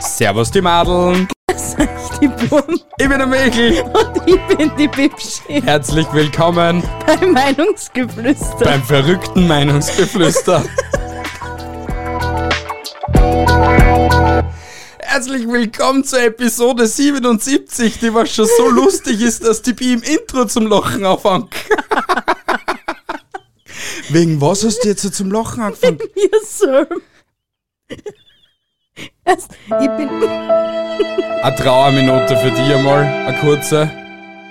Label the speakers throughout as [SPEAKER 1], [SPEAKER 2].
[SPEAKER 1] Servus die Madeln,
[SPEAKER 2] Die Blum
[SPEAKER 1] ich bin der Michel.
[SPEAKER 2] und ich bin die Bibschi
[SPEAKER 1] Herzlich willkommen
[SPEAKER 2] beim Meinungsgeflüster.
[SPEAKER 1] beim verrückten Meinungsgeflüster. Herzlich willkommen zur Episode 77, die was schon so lustig ist, dass die Bi im Intro zum Lachen anfängt. Wegen was hast du jetzt so zum Lachen angefangen?
[SPEAKER 2] Mir Sir. Erst, ich bin.
[SPEAKER 1] Eine Trauerminute für dich einmal, eine kurze,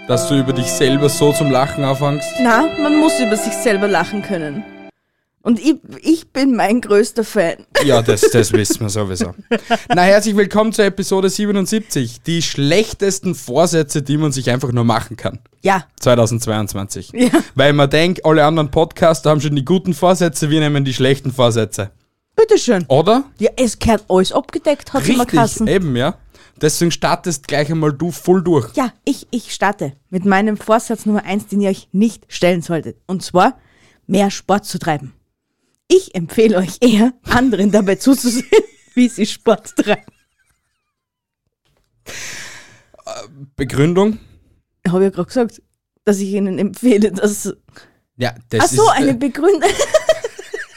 [SPEAKER 1] dass du über dich selber so zum Lachen anfängst.
[SPEAKER 2] Na, man muss über sich selber lachen können. Und ich, ich bin mein größter Fan.
[SPEAKER 1] Ja, das, das wissen wir sowieso. Na, herzlich willkommen zur Episode 77. Die schlechtesten Vorsätze, die man sich einfach nur machen kann.
[SPEAKER 2] Ja,
[SPEAKER 1] 2022.
[SPEAKER 2] Ja.
[SPEAKER 1] Weil man denkt, alle anderen Podcaster haben schon die guten Vorsätze, wir nehmen die schlechten Vorsätze.
[SPEAKER 2] bitteschön.
[SPEAKER 1] Oder?
[SPEAKER 2] Ja, es gehört alles abgedeckt, hat immer Kassen.
[SPEAKER 1] eben, ja. Deswegen startest gleich einmal du voll durch.
[SPEAKER 2] Ja, ich, ich starte mit meinem Vorsatz Nummer eins, den ihr euch nicht stellen solltet. Und zwar, mehr Sport zu treiben. Ich empfehle euch eher, anderen dabei zuzusehen, wie sie Sport treiben.
[SPEAKER 1] Begründung?
[SPEAKER 2] Habe ja gerade gesagt, dass ich ihnen empfehle, dass...
[SPEAKER 1] Ja, das
[SPEAKER 2] Ach so,
[SPEAKER 1] ist.
[SPEAKER 2] eine
[SPEAKER 1] äh,
[SPEAKER 2] Begründung.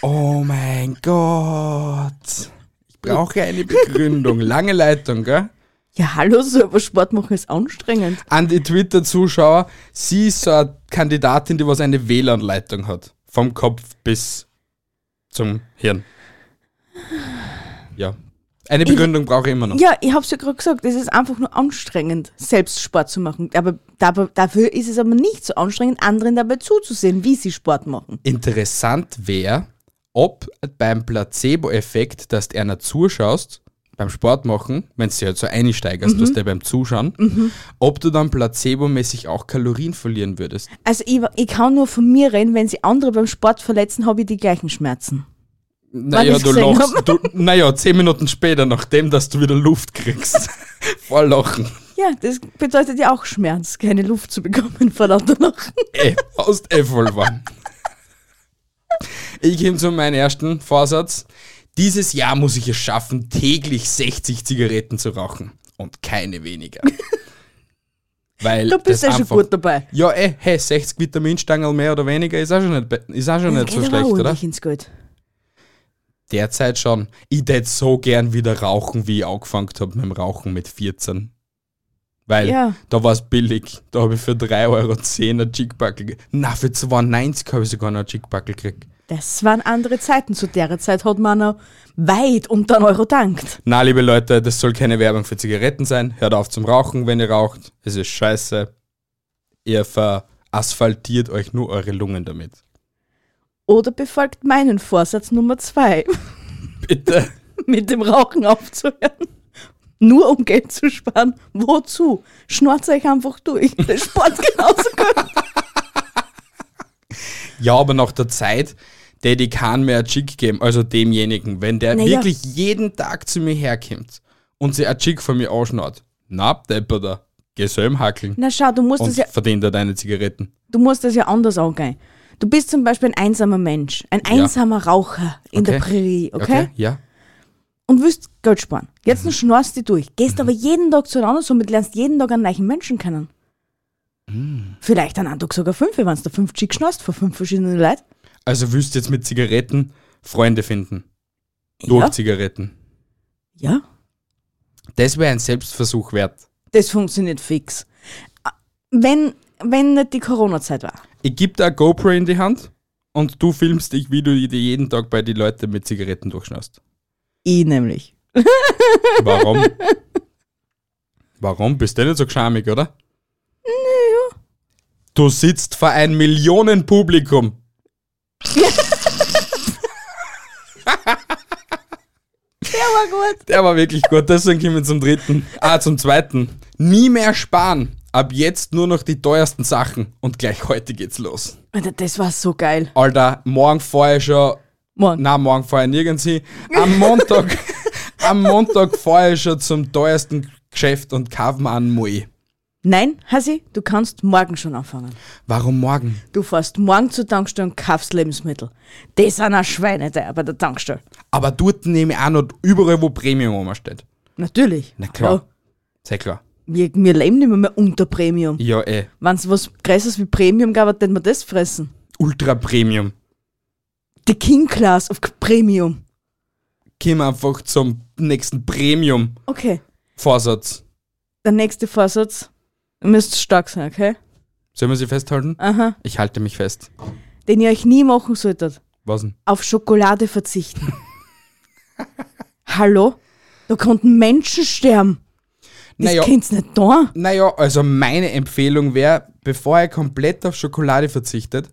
[SPEAKER 1] oh mein Gott. Ich brauche eine Begründung. Lange Leitung, gell?
[SPEAKER 2] Ja, hallo, selber Sport machen ist anstrengend.
[SPEAKER 1] an die Twitter-Zuschauer, sie ist so eine Kandidatin, die was eine WLAN-Leitung hat. Vom Kopf bis zum Hirn. Ja. Eine Begründung brauche ich immer noch.
[SPEAKER 2] Ja, ich hab's ja gerade gesagt, es ist einfach nur anstrengend, selbst Sport zu machen. Aber dabei, dafür ist es aber nicht so anstrengend, anderen dabei zuzusehen, wie sie Sport machen.
[SPEAKER 1] Interessant wäre, ob beim Placebo-Effekt, dass du einer zuschaust, beim Sport machen, wenn du dich halt so einsteigerst, dass der beim Zuschauen, ob du dann placebomäßig auch Kalorien verlieren würdest.
[SPEAKER 2] Also ich, ich kann nur von mir reden, wenn sie andere beim Sport verletzen, habe ich die gleichen Schmerzen.
[SPEAKER 1] Naja,
[SPEAKER 2] ich's
[SPEAKER 1] du
[SPEAKER 2] gesehen
[SPEAKER 1] lachst.
[SPEAKER 2] hab.
[SPEAKER 1] Du, naja, zehn Minuten später, nachdem, dass du wieder Luft kriegst. Vor Lachen.
[SPEAKER 2] Ja, das bedeutet ja auch Schmerz, keine Luft zu bekommen vor lauter Lachen.
[SPEAKER 1] Ey, aus Evolvan. Ich komme zu meinem ersten Vorsatz. Dieses Jahr muss ich es schaffen, täglich 60 Zigaretten zu rauchen. Und keine weniger. Weil
[SPEAKER 2] Du
[SPEAKER 1] das
[SPEAKER 2] bist ja schon
[SPEAKER 1] einfach-
[SPEAKER 2] gut dabei.
[SPEAKER 1] Ja, ey, hey, 60 Vitaminstangen mehr oder weniger ist auch schon nicht, be- ist auch schon nicht so
[SPEAKER 2] Geht aber
[SPEAKER 1] schlecht,
[SPEAKER 2] eh, auch
[SPEAKER 1] oder?
[SPEAKER 2] nicht ins Geld.
[SPEAKER 1] Derzeit schon. Ich tät so gern wieder rauchen, wie ich angefangen hab mit dem Rauchen mit 14. Weil
[SPEAKER 2] Ja.
[SPEAKER 1] da war's billig. Da hab ich für 3,10 Euro ein Chickbuckel gekriegt. Na, für 2,90 habe ich sogar noch ein Chickbuckel gekriegt.
[SPEAKER 2] Das waren andere Zeiten. Zu der Zeit hat man noch weit unter einen Euro dankt.
[SPEAKER 1] Na, liebe Leute, das soll keine Werbung für Zigaretten sein. Hört auf zum Rauchen, wenn ihr raucht. Es ist scheiße. Ihr verasphaltiert euch nur eure Lungen damit.
[SPEAKER 2] Oder befolgt meinen Vorsatz Nummer zwei,
[SPEAKER 1] Bitte.
[SPEAKER 2] mit dem Rauchen aufzuhören. Nur um Geld zu sparen. Wozu? Schnurrt euch einfach durch. Der Sport genauso gut.
[SPEAKER 1] Ja, aber nach der Zeit, der die kann mir ein Chick geben, also demjenigen, wenn der
[SPEAKER 2] Naja.
[SPEAKER 1] wirklich jeden Tag zu mir herkommt und sich ein Chick von mir anschnarrt, na, Depper da, geh selber hackeln
[SPEAKER 2] Na schau, du musst
[SPEAKER 1] und
[SPEAKER 2] es ja
[SPEAKER 1] verdient da deine Zigaretten.
[SPEAKER 2] du musst das ja anders angehen. Du bist zum Beispiel ein einsamer Mensch, ein einsamer Raucher in der Prärie, okay?
[SPEAKER 1] Ja.
[SPEAKER 2] Und willst Geld sparen. Jetzt mhm. schnorst du durch, gehst aber jeden Tag zu anderen, somit lernst jeden Tag einen neuen Menschen kennen. Vielleicht an einem Tag sogar fünf, wenn du fünf Chick schnorst vor fünf verschiedenen Leuten.
[SPEAKER 1] Also willst du jetzt mit Zigaretten Freunde finden? Durch Zigaretten.
[SPEAKER 2] Ja, ja,
[SPEAKER 1] Das wäre ein Selbstversuch wert.
[SPEAKER 2] das funktioniert fix. Ah, Wenn, wenn nicht die Corona-Zeit war.
[SPEAKER 1] Ich gebe dir eine GoPro in die Hand und du filmst dich, wie du dir jeden Tag bei den Leuten mit Zigaretten durchschnaust.
[SPEAKER 2] Ich nämlich.
[SPEAKER 1] Warum? Warum? Bist du nicht so geschamig, oder? Naja. Du sitzt vor einem Millionenpublikum.
[SPEAKER 2] Der war gut. gut.
[SPEAKER 1] Der war wirklich gut, deswegen kommen wir zum dritten. Ah, zum zweiten. Nie mehr sparen. Ab jetzt nur noch die teuersten Sachen. Und gleich heute geht's los.
[SPEAKER 2] Alter, das war so geil.
[SPEAKER 1] Alter, morgen fahre ich schon.
[SPEAKER 2] Mann.
[SPEAKER 1] Nein, morgen fahre ich nirgends hin. Am Montag, am Montag fahre ich schon zum teuersten Geschäft und kaufe mir einen Mui.
[SPEAKER 2] Nein, Hasi, du kannst morgen schon anfangen.
[SPEAKER 1] Warum morgen?
[SPEAKER 2] Du fährst morgen zur Tankstelle und kaufst Lebensmittel. Das sind auch Schweine da bei der Tankstelle.
[SPEAKER 1] Aber dort nehme ich auch noch überall, wo Premium rumsteht.
[SPEAKER 2] Natürlich.
[SPEAKER 1] Na klar.
[SPEAKER 2] Ja,
[SPEAKER 1] Sehr klar.
[SPEAKER 2] wir, wir leben nicht mehr, mehr unter Premium.
[SPEAKER 1] Ja, eh.
[SPEAKER 2] Wenn es was Größeres wie Premium gab, hätten wir das fressen.
[SPEAKER 1] Ultra Premium.
[SPEAKER 2] Die King Class auf Premium.
[SPEAKER 1] Komm einfach zum nächsten Premium-Vorsatz.
[SPEAKER 2] Okay. Der nächste Vorsatz. Ihr müsst stark sein, okay?
[SPEAKER 1] Sollen wir sie festhalten?
[SPEAKER 2] Aha.
[SPEAKER 1] Ich halte mich fest.
[SPEAKER 2] Den ihr euch nie machen solltet.
[SPEAKER 1] Was denn?
[SPEAKER 2] Auf Schokolade verzichten. Hallo? Da konnten Menschen sterben. Das
[SPEAKER 1] Naja,
[SPEAKER 2] kennt's nicht da.
[SPEAKER 1] naja, also meine Empfehlung wäre, bevor ihr komplett auf Schokolade verzichtet,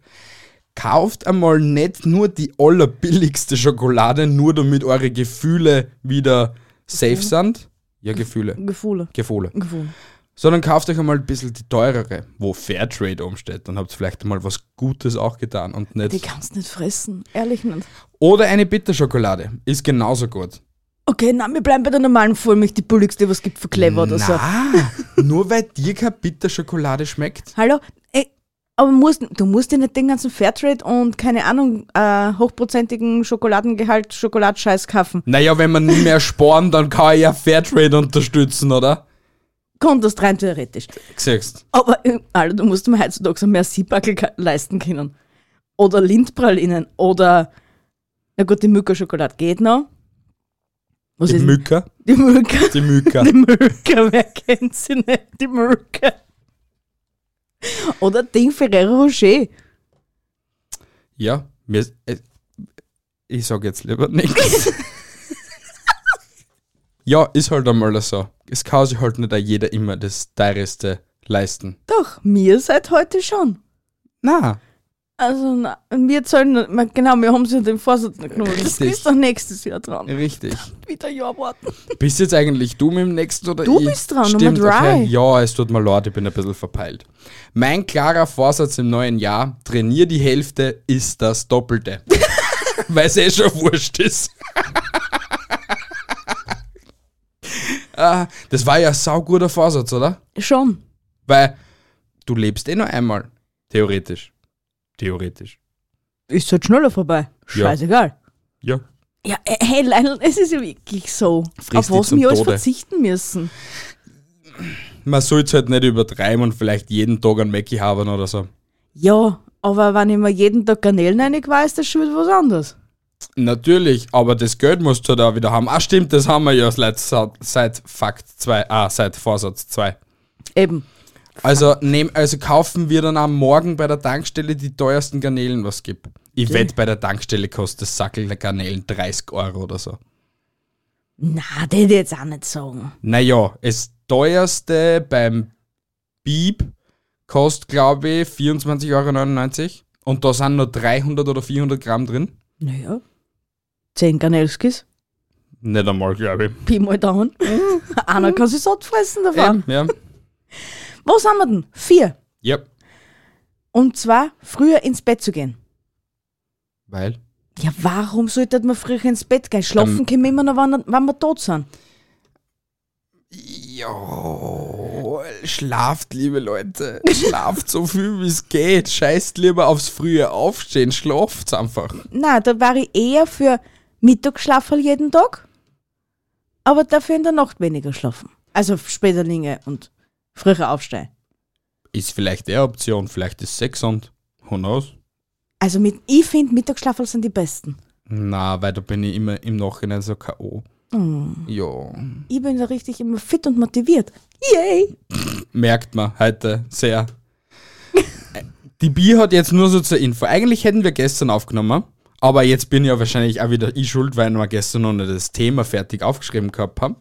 [SPEAKER 1] kauft einmal nicht nur die allerbilligste Schokolade, nur damit eure Gefühle wieder safe sind. Ja, Gefühle.
[SPEAKER 2] Gefühle.
[SPEAKER 1] Gefühle.
[SPEAKER 2] Gefühle.
[SPEAKER 1] Sondern kauft euch einmal ein bisschen die teurere, wo Fairtrade umsteht. Dann habt ihr vielleicht mal was Gutes auch getan und
[SPEAKER 2] Die
[SPEAKER 1] nicht.
[SPEAKER 2] kannst nicht fressen. Ehrlich nicht.
[SPEAKER 1] Oder eine Bitterschokolade. Ist genauso gut.
[SPEAKER 2] Okay, nein, wir bleiben bei der normalen Vollmilch, die billigste, was gibt für Clever oder so.
[SPEAKER 1] Na, Ah, nur weil dir keine Bitterschokolade schmeckt.
[SPEAKER 2] Hallo? Ey, aber musst, du musst dir nicht den ganzen Fairtrade und keine Ahnung, äh, hochprozentigen Schokoladengehalt, Schokoladenscheiß kaufen.
[SPEAKER 1] Naja, wenn man nie mehr sparen, dann kann ich ja Fairtrade unterstützen, oder?
[SPEAKER 2] Konntest rein theoretisch.
[SPEAKER 1] Siehst
[SPEAKER 2] Aber äh, Alter, du musst mir heutzutage so mehr Siebackel leisten können. Oder Lindpralinen oder, na gut, die Mückerschokolade geht noch. Was
[SPEAKER 1] Die
[SPEAKER 2] ist
[SPEAKER 1] Mücke,
[SPEAKER 2] die Mücke?
[SPEAKER 1] die Mücke.
[SPEAKER 2] Die Mürker, wer kennt sie nicht? Die Mürker. Oder Ding Ferrero Rocher.
[SPEAKER 1] ja, mir, äh, ich sag jetzt lieber nichts. Ja, ist halt einmal so. Es kann sich halt nicht jeder immer das teuerste leisten.
[SPEAKER 2] Doch, mir seit heute schon.
[SPEAKER 1] Na,
[SPEAKER 2] Also, na, wir zahlen, na, genau, wir haben sie den Vorsatz nicht genommen. Das
[SPEAKER 1] Richtig.
[SPEAKER 2] ist doch nächstes Jahr dran.
[SPEAKER 1] richtig.
[SPEAKER 2] Wieder Jahr warten.
[SPEAKER 1] Bist jetzt eigentlich du mit dem nächsten oder
[SPEAKER 2] Du
[SPEAKER 1] ich?
[SPEAKER 2] bist dran, Nummer
[SPEAKER 1] Stimmt,
[SPEAKER 2] drei.
[SPEAKER 1] Okay. Ja, es tut mir leid, ich bin ein bisschen verpeilt. Mein klarer Vorsatz im neuen Jahr, trainier die Hälfte, ist das Doppelte. Weil es eh schon wurscht ist. ah, das war ja ein sauguter Vorsatz, oder?
[SPEAKER 2] Schon.
[SPEAKER 1] Weil du lebst eh nur einmal. Theoretisch. Theoretisch.
[SPEAKER 2] Ist halt schneller vorbei.
[SPEAKER 1] Ja.
[SPEAKER 2] Scheißegal.
[SPEAKER 1] Ja.
[SPEAKER 2] Ja, äh, hey, Lionel, es ist ja wirklich so.
[SPEAKER 1] Friss
[SPEAKER 2] Auf
[SPEAKER 1] dich
[SPEAKER 2] was
[SPEAKER 1] zum
[SPEAKER 2] wir alles
[SPEAKER 1] Tode.
[SPEAKER 2] verzichten müssen.
[SPEAKER 1] Man soll es halt nicht übertreiben und vielleicht jeden Tag einen Mackie haben oder so.
[SPEAKER 2] Ja, aber wenn ich mir jeden Tag Garnelen einig war, ist das schon wieder was anderes.
[SPEAKER 1] Natürlich, aber das Geld musst du da wieder haben. Ah, stimmt, das haben wir ja seit, seit Fakt 2, ah, seit Vorsatz 2.
[SPEAKER 2] Eben.
[SPEAKER 1] Also, nehm, also kaufen wir dann am Morgen bei der Tankstelle die teuersten Garnelen, was es gibt. Ich wette, bei der Tankstelle kostet das Sackel der Garnelen 30 Euro oder so.
[SPEAKER 2] Na, das hätte ich jetzt auch nicht sagen.
[SPEAKER 1] Naja, das teuerste beim Bieb kostet, glaube ich, 24,99 Euro. Und da sind nur 300 oder 400 Gramm drin.
[SPEAKER 2] Naja. Zehn Garnelskis. Mhm.
[SPEAKER 1] Nicht einmal, glaube ich.
[SPEAKER 2] Pi mal down. Einer kann sich satt fressen davon.
[SPEAKER 1] Eben, ja.
[SPEAKER 2] Was haben wir denn? Vier.
[SPEAKER 1] ja.
[SPEAKER 2] Und zwar früher ins Bett zu gehen.
[SPEAKER 1] Weil?
[SPEAKER 2] Ja, warum sollte man früher ins Bett gehen? Schlafen
[SPEAKER 1] Ähm.
[SPEAKER 2] können wir immer noch, wenn, wenn wir tot sind.
[SPEAKER 1] Jo, schlaft, liebe Leute. Schlaft so viel, wie es geht. Scheißt lieber aufs frühe Aufstehen. Schlaft einfach.
[SPEAKER 2] Na, da war ich eher für Mittagsschlaferl jeden Tag, aber dafür in der Nacht weniger schlafen. Also Späterlinge und früher aufstehen.
[SPEAKER 1] Ist vielleicht eine Option. Vielleicht ist Sex und. Who knows?
[SPEAKER 2] Also mit, ich finde, Mittagsschlaferl sind die besten.
[SPEAKER 1] Na, weil da bin ich immer im Nachhinein so K.O. Jo.
[SPEAKER 2] Ich bin da richtig immer fit und motiviert. Yay!
[SPEAKER 1] Merkt man heute sehr. Äh, Die Bi hat jetzt nur so zur Info. Eigentlich hätten wir gestern aufgenommen, aber jetzt bin ja wahrscheinlich auch wieder ich schuld, weil wir gestern noch nicht das Thema fertig aufgeschrieben gehabt haben.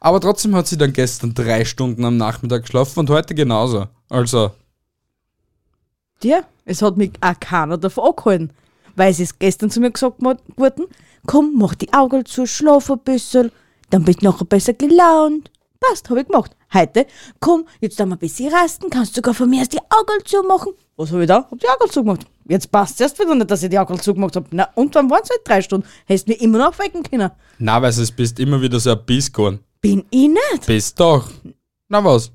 [SPEAKER 1] Aber trotzdem hat sie dann gestern drei Stunden am Nachmittag geschlafen und heute genauso. Also,
[SPEAKER 2] Ja, es hat mich auch keiner davon angehalten, weil sie es gestern zu mir gesagt mo- wurden, komm, mach die Augen zu, schlaf ein bisschen. dann bist du noch besser gelaunt. Passt, habe ich gemacht. Heute, komm, jetzt da mal ein bisschen rasten, kannst sogar von mir erst die Augen zumachen. Was habe ich da? Hab die Augen zugemacht. Jetzt passt erst wieder nicht, dass ich die Augen zugemacht habe. Na, und dann waren es halt drei Stunden. Hättest mich immer noch wecken können.
[SPEAKER 1] Na, weil es bist immer wieder so ein Biskorn.
[SPEAKER 2] Bin ich nicht.
[SPEAKER 1] Bist doch. Na was?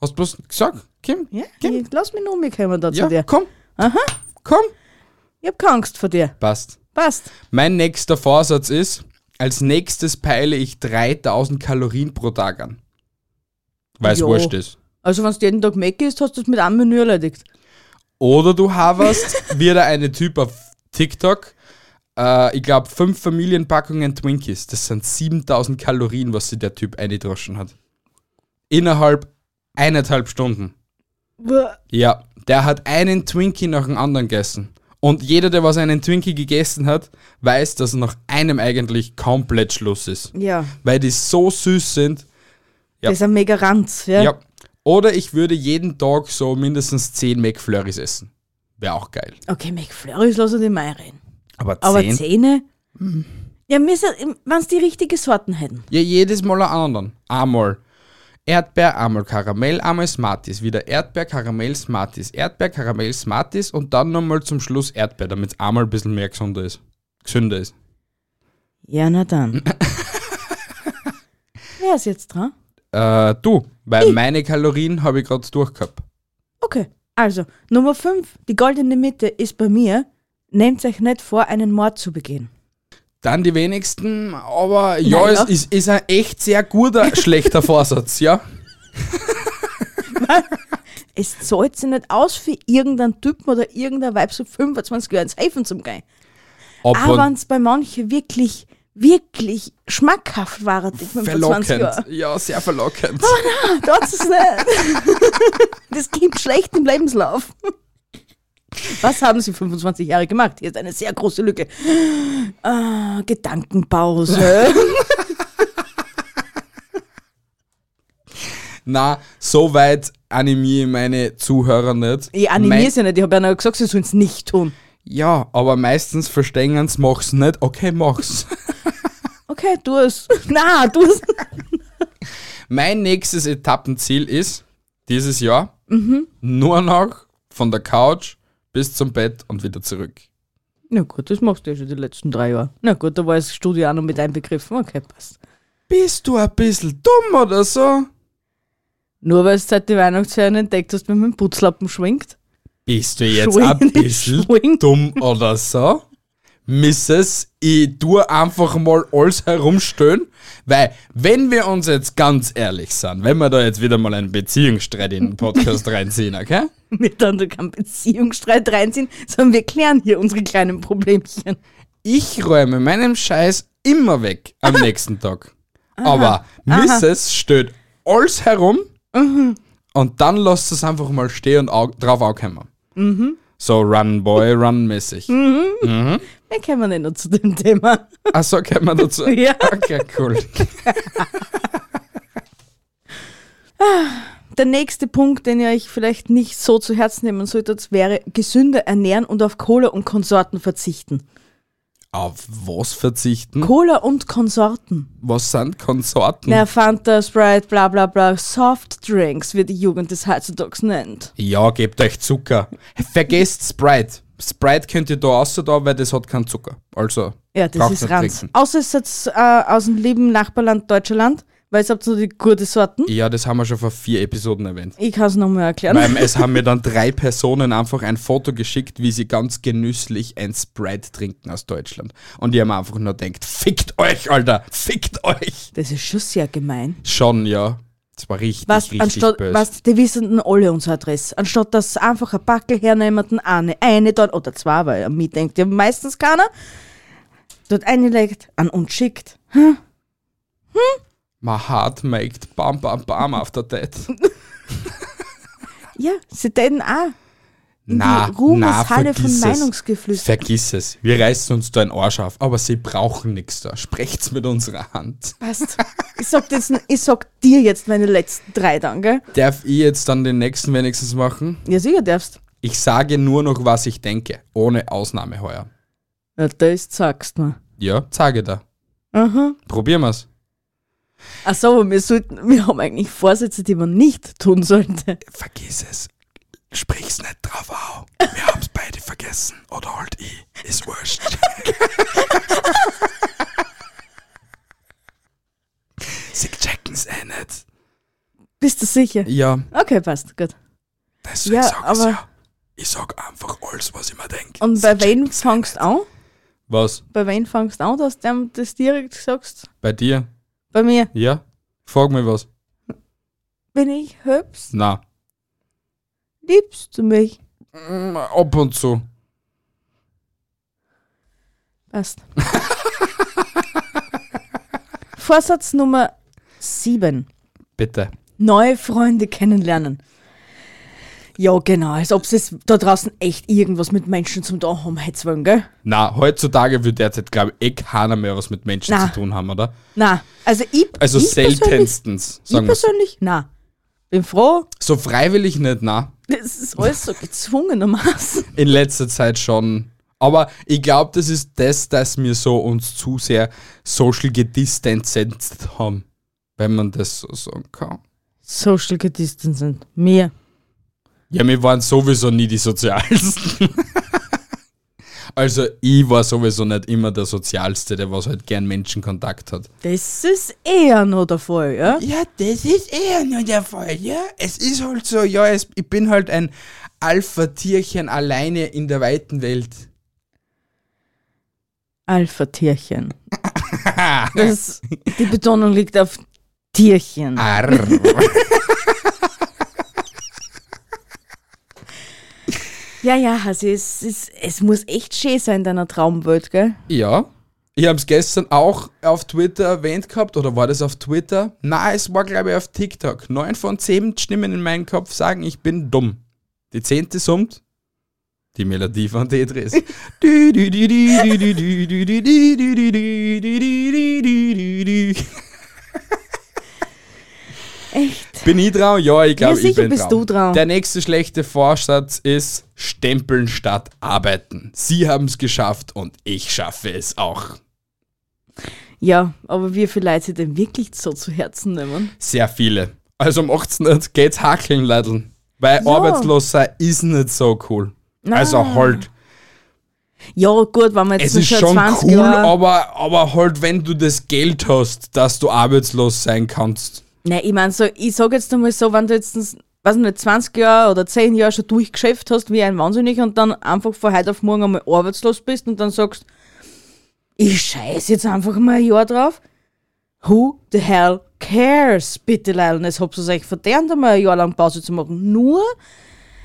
[SPEAKER 1] Hast bloß gesagt? Kim?
[SPEAKER 2] Ja,
[SPEAKER 1] Kim?
[SPEAKER 2] ich, lass mich nur umkommen da zu
[SPEAKER 1] Ja,
[SPEAKER 2] dir.
[SPEAKER 1] komm.
[SPEAKER 2] Aha,
[SPEAKER 1] Komm.
[SPEAKER 2] ich hab keine Angst vor dir.
[SPEAKER 1] Passt.
[SPEAKER 2] Passt.
[SPEAKER 1] Mein nächster Vorsatz ist, als nächstes peile ich 3000 Kalorien pro Tag an. Weil es
[SPEAKER 2] Jo.
[SPEAKER 1] wurscht ist.
[SPEAKER 2] Also, wenn du jeden Tag Mac isst, hast du es mit einem Menü erledigt.
[SPEAKER 1] Oder du haverst wieder eine Typ auf TikTok. Äh, ich glaube, fünf Familienpackungen Twinkies. Das sind 7000 Kalorien, was sich der Typ eingedroschen hat. Innerhalb eineinhalb Stunden.
[SPEAKER 2] Buh.
[SPEAKER 1] Ja, der hat einen Twinkie nach dem anderen gegessen. Und jeder, der was einen Twinkie gegessen hat, weiß, dass nach einem eigentlich komplett Schluss ist.
[SPEAKER 2] Ja,
[SPEAKER 1] Weil die so süß sind. Ja.
[SPEAKER 2] das ist ein mega Ranz. Ja.
[SPEAKER 1] Ja. Oder ich würde jeden Tag so mindestens 10 McFlurries essen. Wäre auch geil.
[SPEAKER 2] Okay, McFlurries lass ich den Mai rein.
[SPEAKER 1] Aber 10?
[SPEAKER 2] Aber Zähne? Ja, wenn es die richtigen Sorten hätten.
[SPEAKER 1] Ja, jedes Mal einen anderen. Einmal Erdbeer, einmal Karamell, einmal Smarties. Wieder Erdbeer, Karamell, Smarties. Erdbeer, Karamell, Smarties und dann nochmal zum Schluss Erdbeer, damit es einmal ein bisschen mehr gesunder ist. Gesünder ist.
[SPEAKER 2] Ja, na dann. Wer ist jetzt dran?
[SPEAKER 1] Äh, du, weil meine Kalorien habe ich gerade durchgehabt.
[SPEAKER 2] Okay, also Nummer 5, die goldene Mitte ist bei mir. Nehmt euch nicht vor, einen Mord zu begehen.
[SPEAKER 1] Dann die wenigsten, aber ja,
[SPEAKER 2] Naja.
[SPEAKER 1] es ist, ist ein echt sehr guter, schlechter Vorsatz, ja.
[SPEAKER 2] Es zahlt sich nicht aus für irgendeinen Typen oder irgendein Weib so 25 Jahre ins Häfen zum Gehen. Aber wenn es bei manchen wirklich, wirklich schmackhaft war, die 25 Jahre.
[SPEAKER 1] verlockend. Ja, sehr verlockend.
[SPEAKER 2] Trotz es nicht. Das klingt schlecht im Lebenslauf. Was haben Sie 25 Jahre gemacht? Hier ist eine sehr große Lücke. Ah, Gedankenpause.
[SPEAKER 1] Na, so weit animiere ich meine Zuhörer nicht.
[SPEAKER 2] Ich animiere es ja nicht. Ich habe ja noch gesagt, Sie sollen es nicht tun.
[SPEAKER 1] Mein, ja, aber meistens verstehen sie, mach's nicht. Okay, mach's.
[SPEAKER 2] Okay, tu es. Na, tu es.
[SPEAKER 1] mein nächstes Etappenziel ist, dieses Jahr
[SPEAKER 2] Mhm.
[SPEAKER 1] nur noch von der Couch bis zum Bett und wieder zurück.
[SPEAKER 2] Na gut, das machst du ja schon die letzten drei Jahre. Na gut, da war das Studio auch noch mit einbegriffen. Okay, passt.
[SPEAKER 1] Bist du ein bisschen dumm oder so?
[SPEAKER 2] Nur weil es seit den Weihnachtsferien entdeckt hast, wenn man mit dem Putzlappen schwingt.
[SPEAKER 1] Bist du jetzt
[SPEAKER 2] Schwing-
[SPEAKER 1] ein bisschen
[SPEAKER 2] Schwing.
[SPEAKER 1] dumm oder so? Mrs., ich tue einfach mal alles herumstehen, weil, wenn wir uns jetzt ganz ehrlich sind, wenn wir da jetzt wieder mal einen Beziehungsstreit in den Podcast reinziehen, okay?
[SPEAKER 2] Miteinander kann Beziehungsstreit reinziehen, sondern wir klären hier unsere kleinen Problemchen.
[SPEAKER 1] Ich räume meinen Scheiß immer weg am nächsten Tag. Aber Mrs. steht alles herum
[SPEAKER 2] Mhm.
[SPEAKER 1] und dann lasst es einfach mal stehen und au drauf ankommen.
[SPEAKER 2] Mhm.
[SPEAKER 1] So Run Boy, Run mäßig.
[SPEAKER 2] Mehr kann man nicht noch zu dem Thema.
[SPEAKER 1] Achso, kommen wir dazu.
[SPEAKER 2] Ja.
[SPEAKER 1] Okay, cool.
[SPEAKER 2] Der nächste Punkt, den ihr euch vielleicht nicht so zu Herzen nehmen solltet, wäre gesünder ernähren und auf Cola und Konsorten verzichten.
[SPEAKER 1] Auf was verzichten?
[SPEAKER 2] Cola und Konsorten.
[SPEAKER 1] Was sind Konsorten?
[SPEAKER 2] Na, Fanta, Sprite, bla bla bla. Softdrinks, wie die Jugend des heutzutage nennt.
[SPEAKER 1] Ja, gebt euch Zucker. Vergesst Sprite. Sprite könnt ihr da außer da, weil das hat keinen Zucker. Also,
[SPEAKER 2] Ja, das
[SPEAKER 1] braucht's
[SPEAKER 2] ist
[SPEAKER 1] nicht
[SPEAKER 2] Ranz.
[SPEAKER 1] trinken.
[SPEAKER 2] Außer es ist äh, aus dem lieben Nachbarland Deutschland, weil es habt nur die gute Sorten.
[SPEAKER 1] Ja, das haben wir schon vor vier Episoden erwähnt.
[SPEAKER 2] Ich kann es nochmal erklären.
[SPEAKER 1] Weil es haben mir dann drei Personen einfach ein Foto geschickt, wie sie ganz genüsslich ein Sprite trinken aus Deutschland. Und die haben einfach nur denkt, fickt euch, Alter, fickt euch.
[SPEAKER 2] Das ist schon sehr gemein.
[SPEAKER 1] Schon, ja. Das war richtig,
[SPEAKER 2] Was,
[SPEAKER 1] richtig
[SPEAKER 2] anstatt,
[SPEAKER 1] böse.
[SPEAKER 2] was, die wissen alle unsere Adresse. Anstatt dass sie einfach ein Packel hernehmen, dann eine, eine dann, oder zwei, weil an mich denkt ja meistens keiner, dort einlegt, an uns schickt.
[SPEAKER 1] My heart macht bam, bam, bam after that.
[SPEAKER 2] Ja, sie täten auch in
[SPEAKER 1] Na,
[SPEAKER 2] die Ruhmeshalle
[SPEAKER 1] na,
[SPEAKER 2] von
[SPEAKER 1] vergiss es.
[SPEAKER 2] Meinungsgeflüster.
[SPEAKER 1] Vergiss es. Wir reißen uns da ein Arsch auf, aber sie brauchen nichts da. Sprecht's mit unserer Hand.
[SPEAKER 2] Passt. Ich sag, jetzt, ich sag dir jetzt meine letzten drei dann, gell?
[SPEAKER 1] Darf ich jetzt dann den nächsten wenigstens machen?
[SPEAKER 2] Ja, sicher darfst.
[SPEAKER 1] Ich sage nur noch, was ich denke. Ohne Ausnahme heuer.
[SPEAKER 2] Ja, das sagst du mir.
[SPEAKER 1] Ja, sage da.
[SPEAKER 2] Aha.
[SPEAKER 1] Probieren wir's.
[SPEAKER 2] Ach so, wir, sollten, wir haben eigentlich Vorsätze, die man nicht tun sollte.
[SPEAKER 1] Vergiss es. Sprich's nicht drauf auf. Wir haben's beide vergessen. Oder halt ich. Ist wurscht. Sie checken's eh nicht.
[SPEAKER 2] Bist du sicher?
[SPEAKER 1] Ja,
[SPEAKER 2] Okay, passt, gut.
[SPEAKER 1] deswegen
[SPEAKER 2] Ja,
[SPEAKER 1] sag ich's
[SPEAKER 2] aber-
[SPEAKER 1] ja. Ich sag einfach alles, was ich mir denk.
[SPEAKER 2] Und
[SPEAKER 1] Sie
[SPEAKER 2] bei wem
[SPEAKER 1] checken's eh
[SPEAKER 2] fangst du
[SPEAKER 1] nicht.
[SPEAKER 2] an?
[SPEAKER 1] Was?
[SPEAKER 2] Bei wem fangst du an, dass du dem das direkt sagst?
[SPEAKER 1] Bei dir?
[SPEAKER 2] Bei mir.
[SPEAKER 1] Ja? Frag mich was.
[SPEAKER 2] Bin ich hübsch?
[SPEAKER 1] Na,
[SPEAKER 2] Liebst du mich?
[SPEAKER 1] ab und zu.
[SPEAKER 2] Passt. Vorsatz Nummer 7.
[SPEAKER 1] Bitte.
[SPEAKER 2] Neue Freunde kennenlernen. Ja, genau. Als ob es da draußen echt irgendwas mit Menschen zum da haben hätte wollen, gell?
[SPEAKER 1] Na, heutzutage will derzeit, glaube ich, eh keiner mehr was mit Menschen
[SPEAKER 2] Na.
[SPEAKER 1] zu tun haben, oder?
[SPEAKER 2] Na, also ich.
[SPEAKER 1] Also
[SPEAKER 2] ich Persönlich,
[SPEAKER 1] seltenstens,
[SPEAKER 2] ich
[SPEAKER 1] sagen wir
[SPEAKER 2] persönlich? Na. Bin froh.
[SPEAKER 1] So freiwillig nicht, na.
[SPEAKER 2] Das ist alles so gezwungenermaßen.
[SPEAKER 1] In letzter Zeit schon. Aber ich glaube, das ist das, dass wir so uns zu sehr social gedistanced haben. Wenn man das so sagen kann.
[SPEAKER 2] Social Distancing. Mir.
[SPEAKER 1] Ja, wir waren sowieso nie die Sozialsten. also ich war sowieso nicht immer der Sozialste, der was halt gern Menschenkontakt hat.
[SPEAKER 2] Das ist eher noch der Fall, ja?
[SPEAKER 1] Ja, das ist eher nur der Fall, ja. Es ist halt so, ja, es, ich bin halt ein Alpha-Tierchen alleine in der weiten Welt.
[SPEAKER 2] Alpha-Tierchen. Das- Die Betonung liegt auf Tierchen.
[SPEAKER 1] Arr.
[SPEAKER 2] Ja, ja, also es, es, es muss echt schön sein in deiner Traumwelt, gell?
[SPEAKER 1] ja. Ich habe es gestern auch auf Twitter erwähnt gehabt, oder war das auf Twitter? Na, es war glaube ich auf TikTok. Neun von zehn Stimmen in meinem Kopf sagen, ich bin dumm. Die zehnte summt die Melodie von Tetris. Dü, dü, dü, dü, dü, dü, dü, dü, dü, dü, dü, dü, dü, dü, dü, dü, dü, dü.
[SPEAKER 2] Echt?
[SPEAKER 1] Bin ich dran? Ja, ich glaube,
[SPEAKER 2] Ja,
[SPEAKER 1] ich
[SPEAKER 2] sicher
[SPEAKER 1] bin
[SPEAKER 2] bist
[SPEAKER 1] dran.
[SPEAKER 2] du dran.
[SPEAKER 1] Der nächste schlechte Vorsatz ist Stempeln statt Arbeiten. Sie haben es geschafft und ich schaffe es auch.
[SPEAKER 2] Ja, aber wie viele Leute sie denn wirklich so zu Herzen ne, nehmen?
[SPEAKER 1] Sehr viele. Also um 18 Uhr geht's hakeln, Leute. Weil arbeitslos sein ist nicht so cool.
[SPEAKER 2] Nein.
[SPEAKER 1] Also halt,
[SPEAKER 2] Ja, gut, wenn man jetzt
[SPEAKER 1] es ist schon
[SPEAKER 2] 20
[SPEAKER 1] cool,
[SPEAKER 2] Jahre-
[SPEAKER 1] aber, aber halt, wenn du das Geld hast, dass du arbeitslos sein kannst.
[SPEAKER 2] Nein, ich meine, so, ich sage jetzt einmal so, wenn du jetzt, weiß nicht, 20 Jahre oder 10 Jahre schon durchgeschäft hast wie ein Wahnsinnig und dann einfach von heute auf morgen einmal arbeitslos bist und dann sagst, ich scheiß jetzt einfach mal ein Jahr drauf. Who the hell cares? Bitte, Leute, es habt ihr euch verdient, einmal ein Jahr lang Pause zu machen. Nur,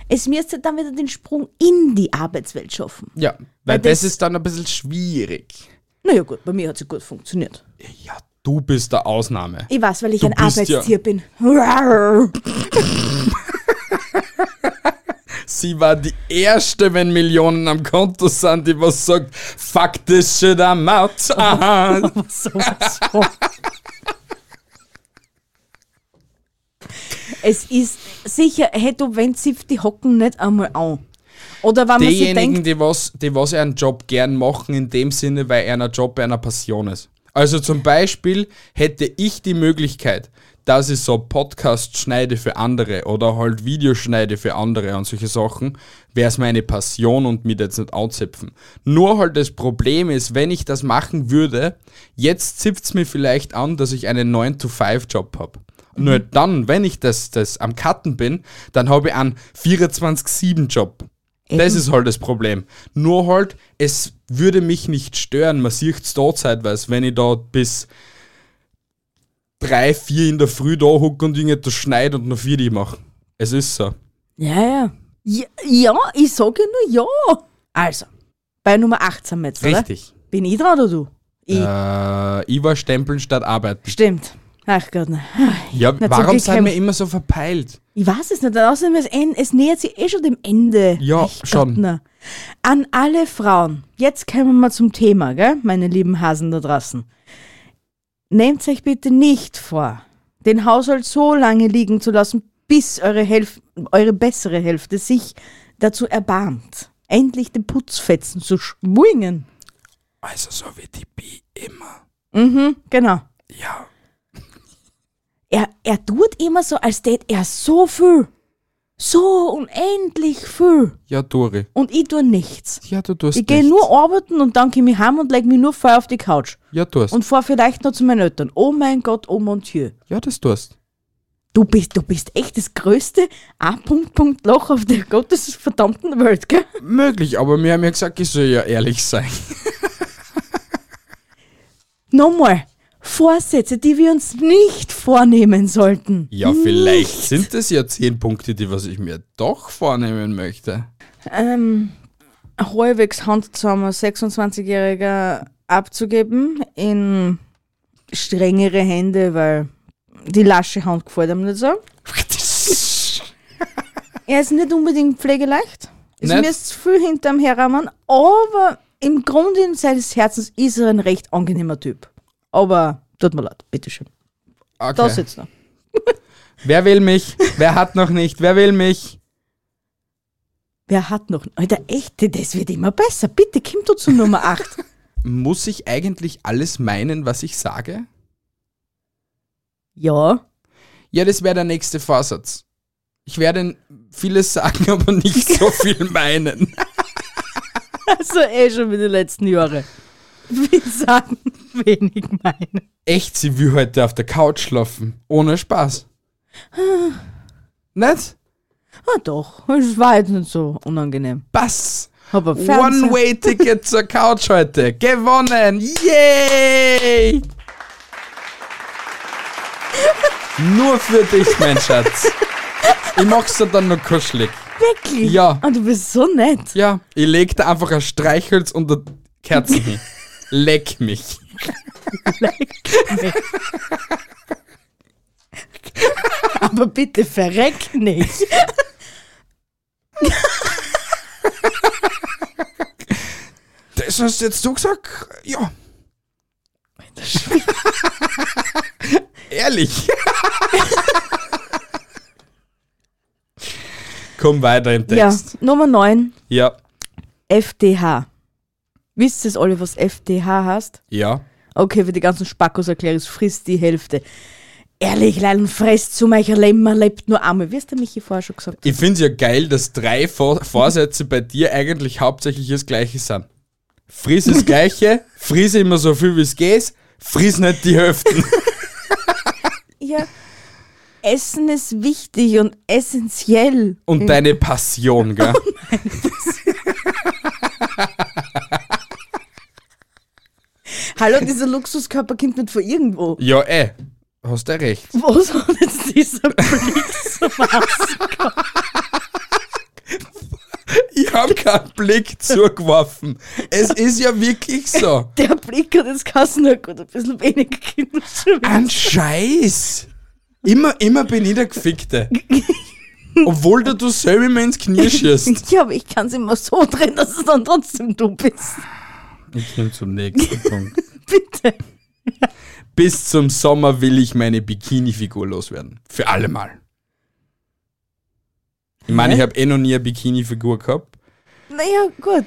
[SPEAKER 2] es müsste dann wieder den Sprung in die Arbeitswelt schaffen.
[SPEAKER 1] Ja, weil das,
[SPEAKER 2] das-
[SPEAKER 1] ist dann ein bisschen schwierig.
[SPEAKER 2] Naja, gut, bei mir hat es gut funktioniert.
[SPEAKER 1] Ja, du bist der Ausnahme.
[SPEAKER 2] Ich weiß, weil ich ein
[SPEAKER 1] bist ja-
[SPEAKER 2] Arbeitstier bin. Rar.
[SPEAKER 1] Sie war die erste, wenn Millionen am Konto sind, die was sagt, fuck this shit, I'm out. Aha.
[SPEAKER 2] sowas von. es ist sicher, hey, du wendest sich die Hocken nicht einmal an. Oder wenn man sich
[SPEAKER 1] Diejenigen,
[SPEAKER 2] denkt,
[SPEAKER 1] die was, die was ihren Job gern machen, in dem Sinne, weil einer Job einer Passion ist. Also zum Beispiel hätte ich die Möglichkeit, dass ich so Podcast schneide für andere oder halt Videos schneide für andere und solche Sachen, wäre es meine Passion und mich jetzt nicht anzipfen. Nur halt das Problem ist, wenn ich das machen würde, jetzt zipft's mir vielleicht an, dass ich einen 9-to-5-Job habe. Nur dann, wenn ich das, das am Cutten bin, dann habe ich einen 24-7-Job. Das ist halt das Problem. Nur halt, es würde mich nicht stören. Man sieht es da zeitweise, wenn ich da bis drei, vier in der Früh da hocke und irgendetwas schneide und noch vier die mache. Es ist so.
[SPEAKER 2] ja, ja, ja, ja, ich sage ja nur ja. Also, bei Nummer 8 sind wir jetzt, oder?
[SPEAKER 1] Richtig.
[SPEAKER 2] Bin ich dran oder du? Ich.
[SPEAKER 1] Äh, ich war stempeln statt arbeiten.
[SPEAKER 2] Stimmt. Ach Gott, nein.
[SPEAKER 1] Ja,
[SPEAKER 2] so
[SPEAKER 1] warum sind
[SPEAKER 2] gekämpft.
[SPEAKER 1] wir immer so verpeilt?
[SPEAKER 2] Ich weiß es nicht, außerdem es, en- es nähert sich eh schon dem Ende.
[SPEAKER 1] Ja, schon.
[SPEAKER 2] na. An alle Frauen. Jetzt kommen wir zum Thema, gell, meine lieben Hasen da draußen. Nehmt euch bitte nicht vor, den Haushalt so lange liegen zu lassen, bis eure, Hälf eure bessere Hälfte sich dazu erbarmt, endlich den Putzfetzen zu schwingen.
[SPEAKER 1] Also so wie die Bi immer.
[SPEAKER 2] Mhm, genau.
[SPEAKER 1] Ja.
[SPEAKER 2] er tut immer so, als tät er so viel. So unendlich viel.
[SPEAKER 1] Ja, Dori.
[SPEAKER 2] Und ich tue nichts.
[SPEAKER 1] Ja, du tust
[SPEAKER 2] Ich gehe
[SPEAKER 1] nichts.
[SPEAKER 2] nur arbeiten und dann komme ich heim und lege mich nur voll auf die Couch.
[SPEAKER 1] Ja, tust.
[SPEAKER 2] Und fahr vielleicht noch zu meinen Eltern. Oh mein Gott, oh mon Dieu.
[SPEAKER 1] ja, das tust.
[SPEAKER 2] Du bist, du bist echt das größte A-Punkt-Punkt-Loch auf der gottesverdammten Welt, gell?
[SPEAKER 1] Möglich, aber wir haben ja gesagt, ich soll ja ehrlich sein.
[SPEAKER 2] Nochmal, Vorsätze, die wir uns nicht vornehmen sollten.
[SPEAKER 1] Ja, vielleicht sind das ja zehn Punkte, die was ich mir doch vornehmen möchte.
[SPEAKER 2] Ähm, halbwegs handsamer 26-Jähriger abzugeben in strengere Hände, weil die lasche Hand gefällt ihm nicht so. Er ist nicht unbedingt pflegeleicht. Es
[SPEAKER 1] Nicht?
[SPEAKER 2] müsst viel hinterm herrammern, aber im Grunde seines Herzens ist er ein recht angenehmer Typ. Aber tut mir leid, bitteschön. Da
[SPEAKER 1] Okay.
[SPEAKER 2] sitzt er.
[SPEAKER 1] Wer will mich? Wer hat noch nicht? Wer will mich?
[SPEAKER 2] Wer hat noch? Alter, echt, das wird immer besser. Bitte, komm du zu Nummer 8.
[SPEAKER 1] Muss ich eigentlich alles meinen, was ich sage?
[SPEAKER 2] ja.
[SPEAKER 1] Ja, das wäre der nächste Vorsatz. Ich werde vieles sagen, aber nicht so viel meinen.
[SPEAKER 2] Also eh schon wie die letzten Jahre. Wir sagen wenig meine.
[SPEAKER 1] Echt, sie will heute auf der Couch schlafen. Ohne Spaß. Nicht?
[SPEAKER 2] Ah doch, es war jetzt nicht so unangenehm.
[SPEAKER 1] Bass.
[SPEAKER 2] Aber Fernseher-
[SPEAKER 1] One-Way-Ticket zur Couch heute. Gewonnen. Yay! Nur für dich, mein Schatz. Ich mach's dir dann noch kuschelig.
[SPEAKER 2] Wirklich?
[SPEAKER 1] Ja.
[SPEAKER 2] Und du bist so nett.
[SPEAKER 1] Ja, ich leg da einfach ein Streichholz unter die Kerzen hin. Leck mich.
[SPEAKER 2] Aber bitte verreck nicht.
[SPEAKER 1] Das hast jetzt du gesagt? Ja. Ehrlich. Komm weiter im
[SPEAKER 2] Ja,
[SPEAKER 1] Text.
[SPEAKER 2] Nummer 9,
[SPEAKER 1] Ja.
[SPEAKER 2] FDH. Wisst ihr alle, was FDH heißt?
[SPEAKER 1] Ja.
[SPEAKER 2] Okay, für die ganzen Spackos erkläre ich frisst die Hälfte. Ehrlich, Leiden, fresst zu mein Leben, man lebt nur einmal. Wie hast der Michi vorher schon gesagt?
[SPEAKER 1] Ich finde es ja geil, dass drei Vor Vorsätze bei dir eigentlich hauptsächlich das Gleiche sind. Friss das Gleiche, friss immer so viel wie es geht, friss nicht die Hälften.
[SPEAKER 2] Ja. Essen ist wichtig und essentiell.
[SPEAKER 1] Und deine Passion, gell?
[SPEAKER 2] Hallo, dieser Luxuskörper kommt nicht von irgendwo.
[SPEAKER 1] Ja, eh. Hast du recht.
[SPEAKER 2] Wo soll jetzt dieser Blick so was?
[SPEAKER 1] Ich habe keinen Blick zugeworfen. Es ist ja wirklich so.
[SPEAKER 2] Der Blick hat jetzt kassen nur gut, ein bisschen weniger Kinder schon wieder.
[SPEAKER 1] Ein Scheiß. Immer, immer bin ich der Gefickte. Obwohl du du selber immer ins Knie schießt.
[SPEAKER 2] Ja, aber ich kann es immer so drehen, dass es dann trotzdem du bist.
[SPEAKER 1] Ich komme zum nächsten Punkt.
[SPEAKER 2] Bitte.
[SPEAKER 1] Bis zum Sommer will ich meine Bikini-Figur loswerden. Für alle Mal. Ich meine, ich habe eh noch nie eine Bikini-Figur gehabt.
[SPEAKER 2] Naja, gut.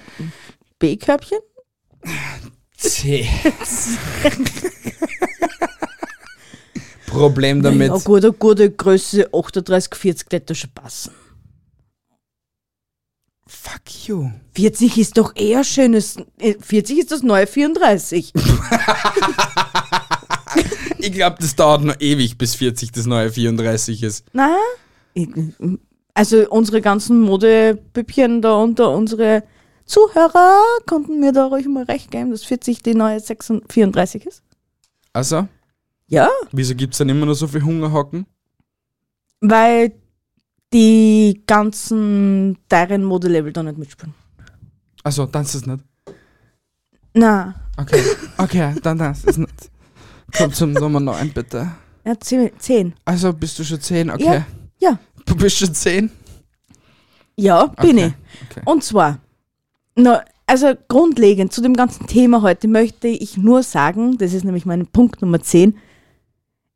[SPEAKER 2] B-Körbchen?
[SPEAKER 1] Problem damit.
[SPEAKER 2] Ja, gut, eine gute Größe 38, 40 hätte schon passen.
[SPEAKER 1] Fuck you.
[SPEAKER 2] 40 ist doch eher schönes. äh, 40 ist das neue 34.
[SPEAKER 1] Ich glaube, das dauert noch ewig, bis 40 das neue 34 ist.
[SPEAKER 2] Na? Ich- Also unsere ganzen Modepüppchen da unter unsere Zuhörer konnten mir da ruhig mal recht geben, dass 40 die neue 36 34 ist.
[SPEAKER 1] Also,
[SPEAKER 2] Ja,
[SPEAKER 1] wieso gibt's dann immer noch so viel Hungerhaken?
[SPEAKER 2] weil die ganzen teuren Modelevel da nicht mitspielen.
[SPEAKER 1] Also, dann ist es nicht.
[SPEAKER 2] Na,
[SPEAKER 1] Okay, okay, dann das ist nicht. Komm zum Nummer 9, bitte.
[SPEAKER 2] ja, 10.
[SPEAKER 1] Also, bist du schon 10? Okay.
[SPEAKER 2] Ja. Ja,
[SPEAKER 1] Du bist schon 10?
[SPEAKER 2] ja, bin
[SPEAKER 1] Okay,
[SPEAKER 2] ich.
[SPEAKER 1] okay.
[SPEAKER 2] Und zwar, na, also grundlegend zu dem ganzen Thema heute möchte ich nur sagen, das ist nämlich mein Punkt Nummer 10,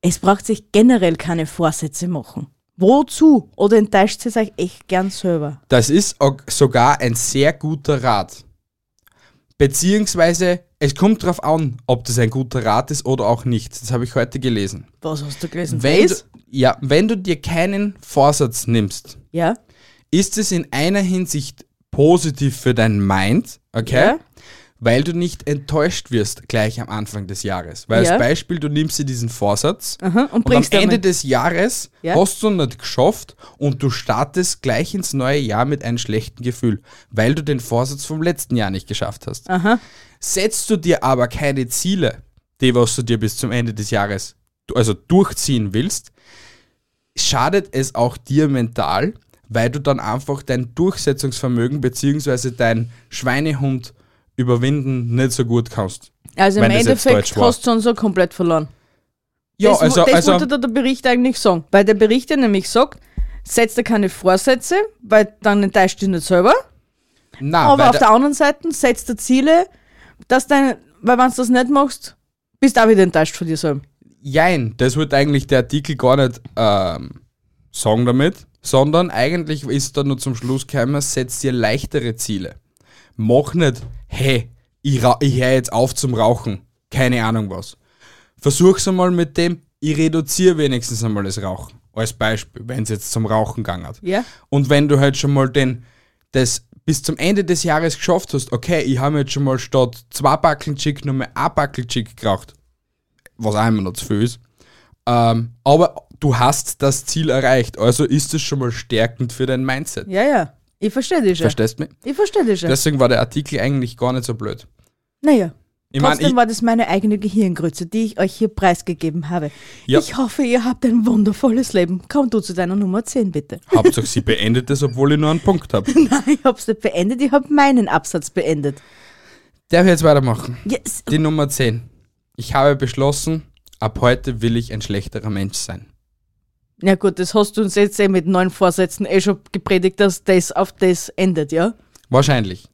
[SPEAKER 2] es braucht sich generell keine Vorsätze machen. Wozu? Oder enttäuscht es euch echt gern selber?
[SPEAKER 1] Das ist auch sogar ein sehr guter Rat. Beziehungsweise, es kommt drauf an, ob das ein guter Rat ist oder auch nicht. Das habe ich heute gelesen.
[SPEAKER 2] Was hast du gelesen?
[SPEAKER 1] Wenn du,
[SPEAKER 2] Weiß?
[SPEAKER 1] ja, wenn du dir keinen Vorsatz nimmst,
[SPEAKER 2] Ja.
[SPEAKER 1] ist es in einer Hinsicht positiv für dein Mind, okay?
[SPEAKER 2] Ja.
[SPEAKER 1] Weil du nicht enttäuscht wirst gleich am Anfang des Jahres. Weil
[SPEAKER 2] Ja.
[SPEAKER 1] als Beispiel, du nimmst dir diesen Vorsatz
[SPEAKER 2] Aha, und
[SPEAKER 1] am
[SPEAKER 2] bringst
[SPEAKER 1] Ende
[SPEAKER 2] damit.
[SPEAKER 1] des Jahres
[SPEAKER 2] Ja.
[SPEAKER 1] hast du ihn nicht geschafft und du startest gleich ins neue Jahr mit einem schlechten Gefühl, weil du den Vorsatz vom letzten Jahr nicht geschafft hast.
[SPEAKER 2] Aha.
[SPEAKER 1] Setzt du dir aber keine Ziele, die was du dir bis zum Ende des Jahres du- also durchziehen willst, schadet es auch dir mental, weil du dann einfach dein Durchsetzungsvermögen bzw. dein Schweinehund überwinden nicht so gut kannst.
[SPEAKER 2] Also im
[SPEAKER 1] Wenn das jetzt
[SPEAKER 2] Endeffekt
[SPEAKER 1] Deutsch war.
[SPEAKER 2] hast du uns so komplett verloren.
[SPEAKER 1] Ja,
[SPEAKER 2] das,
[SPEAKER 1] also,
[SPEAKER 2] das
[SPEAKER 1] also
[SPEAKER 2] wollte da der Bericht eigentlich sagen. Weil der Bericht ja nämlich sagt, setz dir keine Vorsätze, weil dann enttäuscht dich nicht selber.
[SPEAKER 1] na,
[SPEAKER 2] Aber
[SPEAKER 1] Ah, weil
[SPEAKER 2] auf der anderen Seite setz dir Ziele, dass dein, weil wenn du das nicht machst, bist du auch wieder enttäuscht von dir selber.
[SPEAKER 1] Jein, das wird eigentlich der Artikel gar nicht ähm, sagen damit, sondern eigentlich ist da nur zum Schluss gekommen, setz dir leichtere Ziele. Mach nicht, hey, ich, ra- ich höre jetzt auf zum Rauchen, keine Ahnung was. Versuch's einmal mit dem, ich reduziere wenigstens einmal das Rauchen. Als Beispiel, wenn es jetzt zum Rauchen gegangen hat.
[SPEAKER 2] Ja.
[SPEAKER 1] Und wenn du halt schon mal den, das bis zum Ende des Jahres geschafft hast, okay, ich habe jetzt schon mal statt zwei Backeln Chick nur mehr ein Backel Chick geraucht, was auch immer noch zu viel ist, ähm, aber du hast das Ziel erreicht, also ist es schon mal stärkend für dein Mindset.
[SPEAKER 2] Ja, ja. Ich verstehe dich schon.
[SPEAKER 1] Verstehst du mich?
[SPEAKER 2] Ich verstehe dich schon.
[SPEAKER 1] Deswegen war der Artikel eigentlich gar nicht so blöd.
[SPEAKER 2] naja.
[SPEAKER 1] Ich mein,
[SPEAKER 2] Trotzdem
[SPEAKER 1] ich-
[SPEAKER 2] war das meine eigene Gehirngrütze, die ich euch hier preisgegeben habe.
[SPEAKER 1] Ja.
[SPEAKER 2] Ich hoffe, ihr habt ein wundervolles Leben. Komm du zu deiner Nummer 10, bitte.
[SPEAKER 1] Hauptsache, sie beendet es, obwohl ich nur einen Punkt habe.
[SPEAKER 2] Nein, ich hab's nicht beendet, ich hab meinen Absatz beendet.
[SPEAKER 1] Darf ich jetzt weitermachen?
[SPEAKER 2] Yes.
[SPEAKER 1] Die Nummer 10. Ich habe beschlossen, ab heute will ich ein schlechterer Mensch sein.
[SPEAKER 2] Na gut, das hast du uns jetzt eh mit neun Vorsätzen eh schon gepredigt, dass das auf das endet, ja?
[SPEAKER 1] Wahrscheinlich.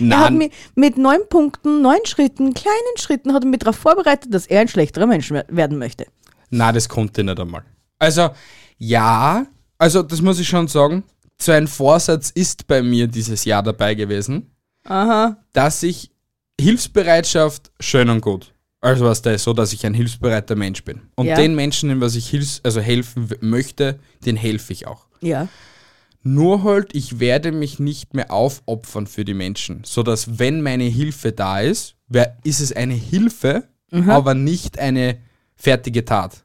[SPEAKER 2] Er hat
[SPEAKER 1] Nein,
[SPEAKER 2] mich mit neun Punkten, neun Schritten, kleinen Schritten hat er mich darauf vorbereitet, dass er ein schlechterer Mensch wer- werden möchte.
[SPEAKER 1] nein, das konnte ich nicht einmal. Also, ja, also das muss ich schon sagen. So ein Vorsatz ist bei mir dieses Jahr dabei gewesen,
[SPEAKER 2] Aha.
[SPEAKER 1] dass ich Hilfsbereitschaft schön und gut. Also was da ist, so dass ich ein hilfsbereiter Mensch bin. Und
[SPEAKER 2] Ja.
[SPEAKER 1] den Menschen, denen was ich hilfs also helfen w- möchte, den helfe ich auch.
[SPEAKER 2] Ja.
[SPEAKER 1] Nur halt, ich werde mich nicht mehr aufopfern für die Menschen, sodass, wenn meine Hilfe da ist, wer, ist es eine Hilfe, aber nicht eine fertige Tat.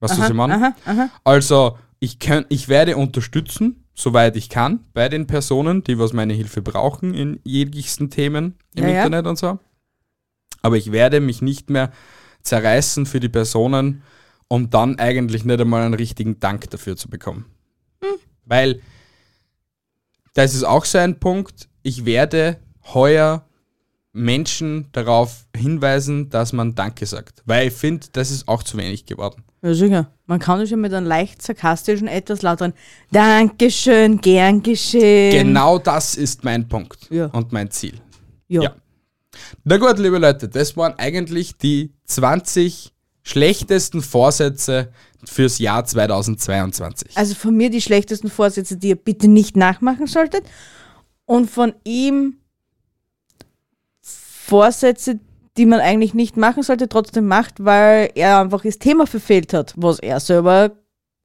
[SPEAKER 1] Weißt du, was ich meine?
[SPEAKER 2] Aha, aha.
[SPEAKER 1] Also, ich, kann, ich werde unterstützen, soweit ich kann, bei den Personen, die was meine Hilfe brauchen in jeglichsten Themen im
[SPEAKER 2] Ja, ja.
[SPEAKER 1] Internet und so. Aber ich werde mich nicht mehr zerreißen für die Personen, um dann eigentlich nicht einmal einen richtigen Dank dafür zu bekommen.
[SPEAKER 2] Hm.
[SPEAKER 1] Weil das ist auch so ein Punkt. Ich werde heuer Menschen darauf hinweisen, dass man Danke sagt. Weil ich finde, das ist auch zu wenig geworden.
[SPEAKER 2] Ja, sicher. Man kann es ja mit einem leicht sarkastischen, etwas lauteren Dankeschön, gern geschehen.
[SPEAKER 1] Genau das ist mein Punkt
[SPEAKER 2] Ähm, Ja.
[SPEAKER 1] und mein Ziel.
[SPEAKER 2] Ja.
[SPEAKER 1] Ja. Na gut, liebe Leute, das waren eigentlich die 20 schlechtesten Vorsätze fürs Jahr 2022.
[SPEAKER 2] Also von mir die schlechtesten Vorsätze, die ihr bitte nicht nachmachen solltet. Und von ihm Vorsätze, die man eigentlich nicht machen sollte, trotzdem macht, weil er einfach das Thema verfehlt hat, was er selber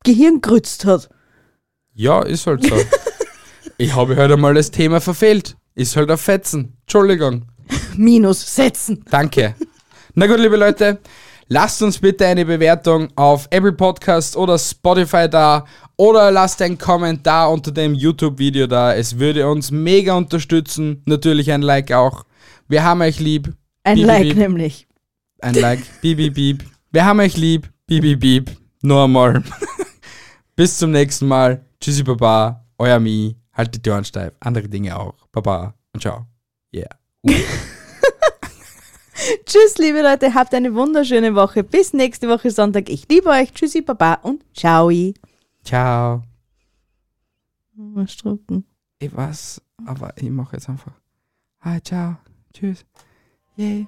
[SPEAKER 2] gehirngrützt hat.
[SPEAKER 1] Ja, ist halt so. ich habe heute mal das Thema verfehlt. Ist halt ein Fetzen. Entschuldigung.
[SPEAKER 2] Minus setzen.
[SPEAKER 1] Danke. Na gut, liebe Leute, lasst uns bitte eine Bewertung auf Apple Podcast oder Spotify da oder lasst einen Kommentar unter dem YouTube-Video da. Es würde uns mega unterstützen. Natürlich ein Like auch. Wir haben euch lieb.
[SPEAKER 2] Ein
[SPEAKER 1] Piep,
[SPEAKER 2] Like
[SPEAKER 1] piep.
[SPEAKER 2] nämlich.
[SPEAKER 1] Ein Like. Beep, beep, beep. Wir haben euch lieb. Beep, beep, beep. Nur einmal. Bis zum nächsten Mal. Tschüssi, Baba. Euer Mi. Haltet die Ohren steif. Andere Dinge auch. Baba. Und ciao. Yeah.
[SPEAKER 2] Tschüss, liebe Leute, habt eine wunderschöne Woche. Bis nächste Woche Sonntag. Ich liebe euch. Tschüssi, Baba und ciao.
[SPEAKER 1] Ciao.
[SPEAKER 2] Mal struppen.
[SPEAKER 1] Ich weiß, aber ich mache jetzt einfach. Hi, ciao. Tschüss. Yay.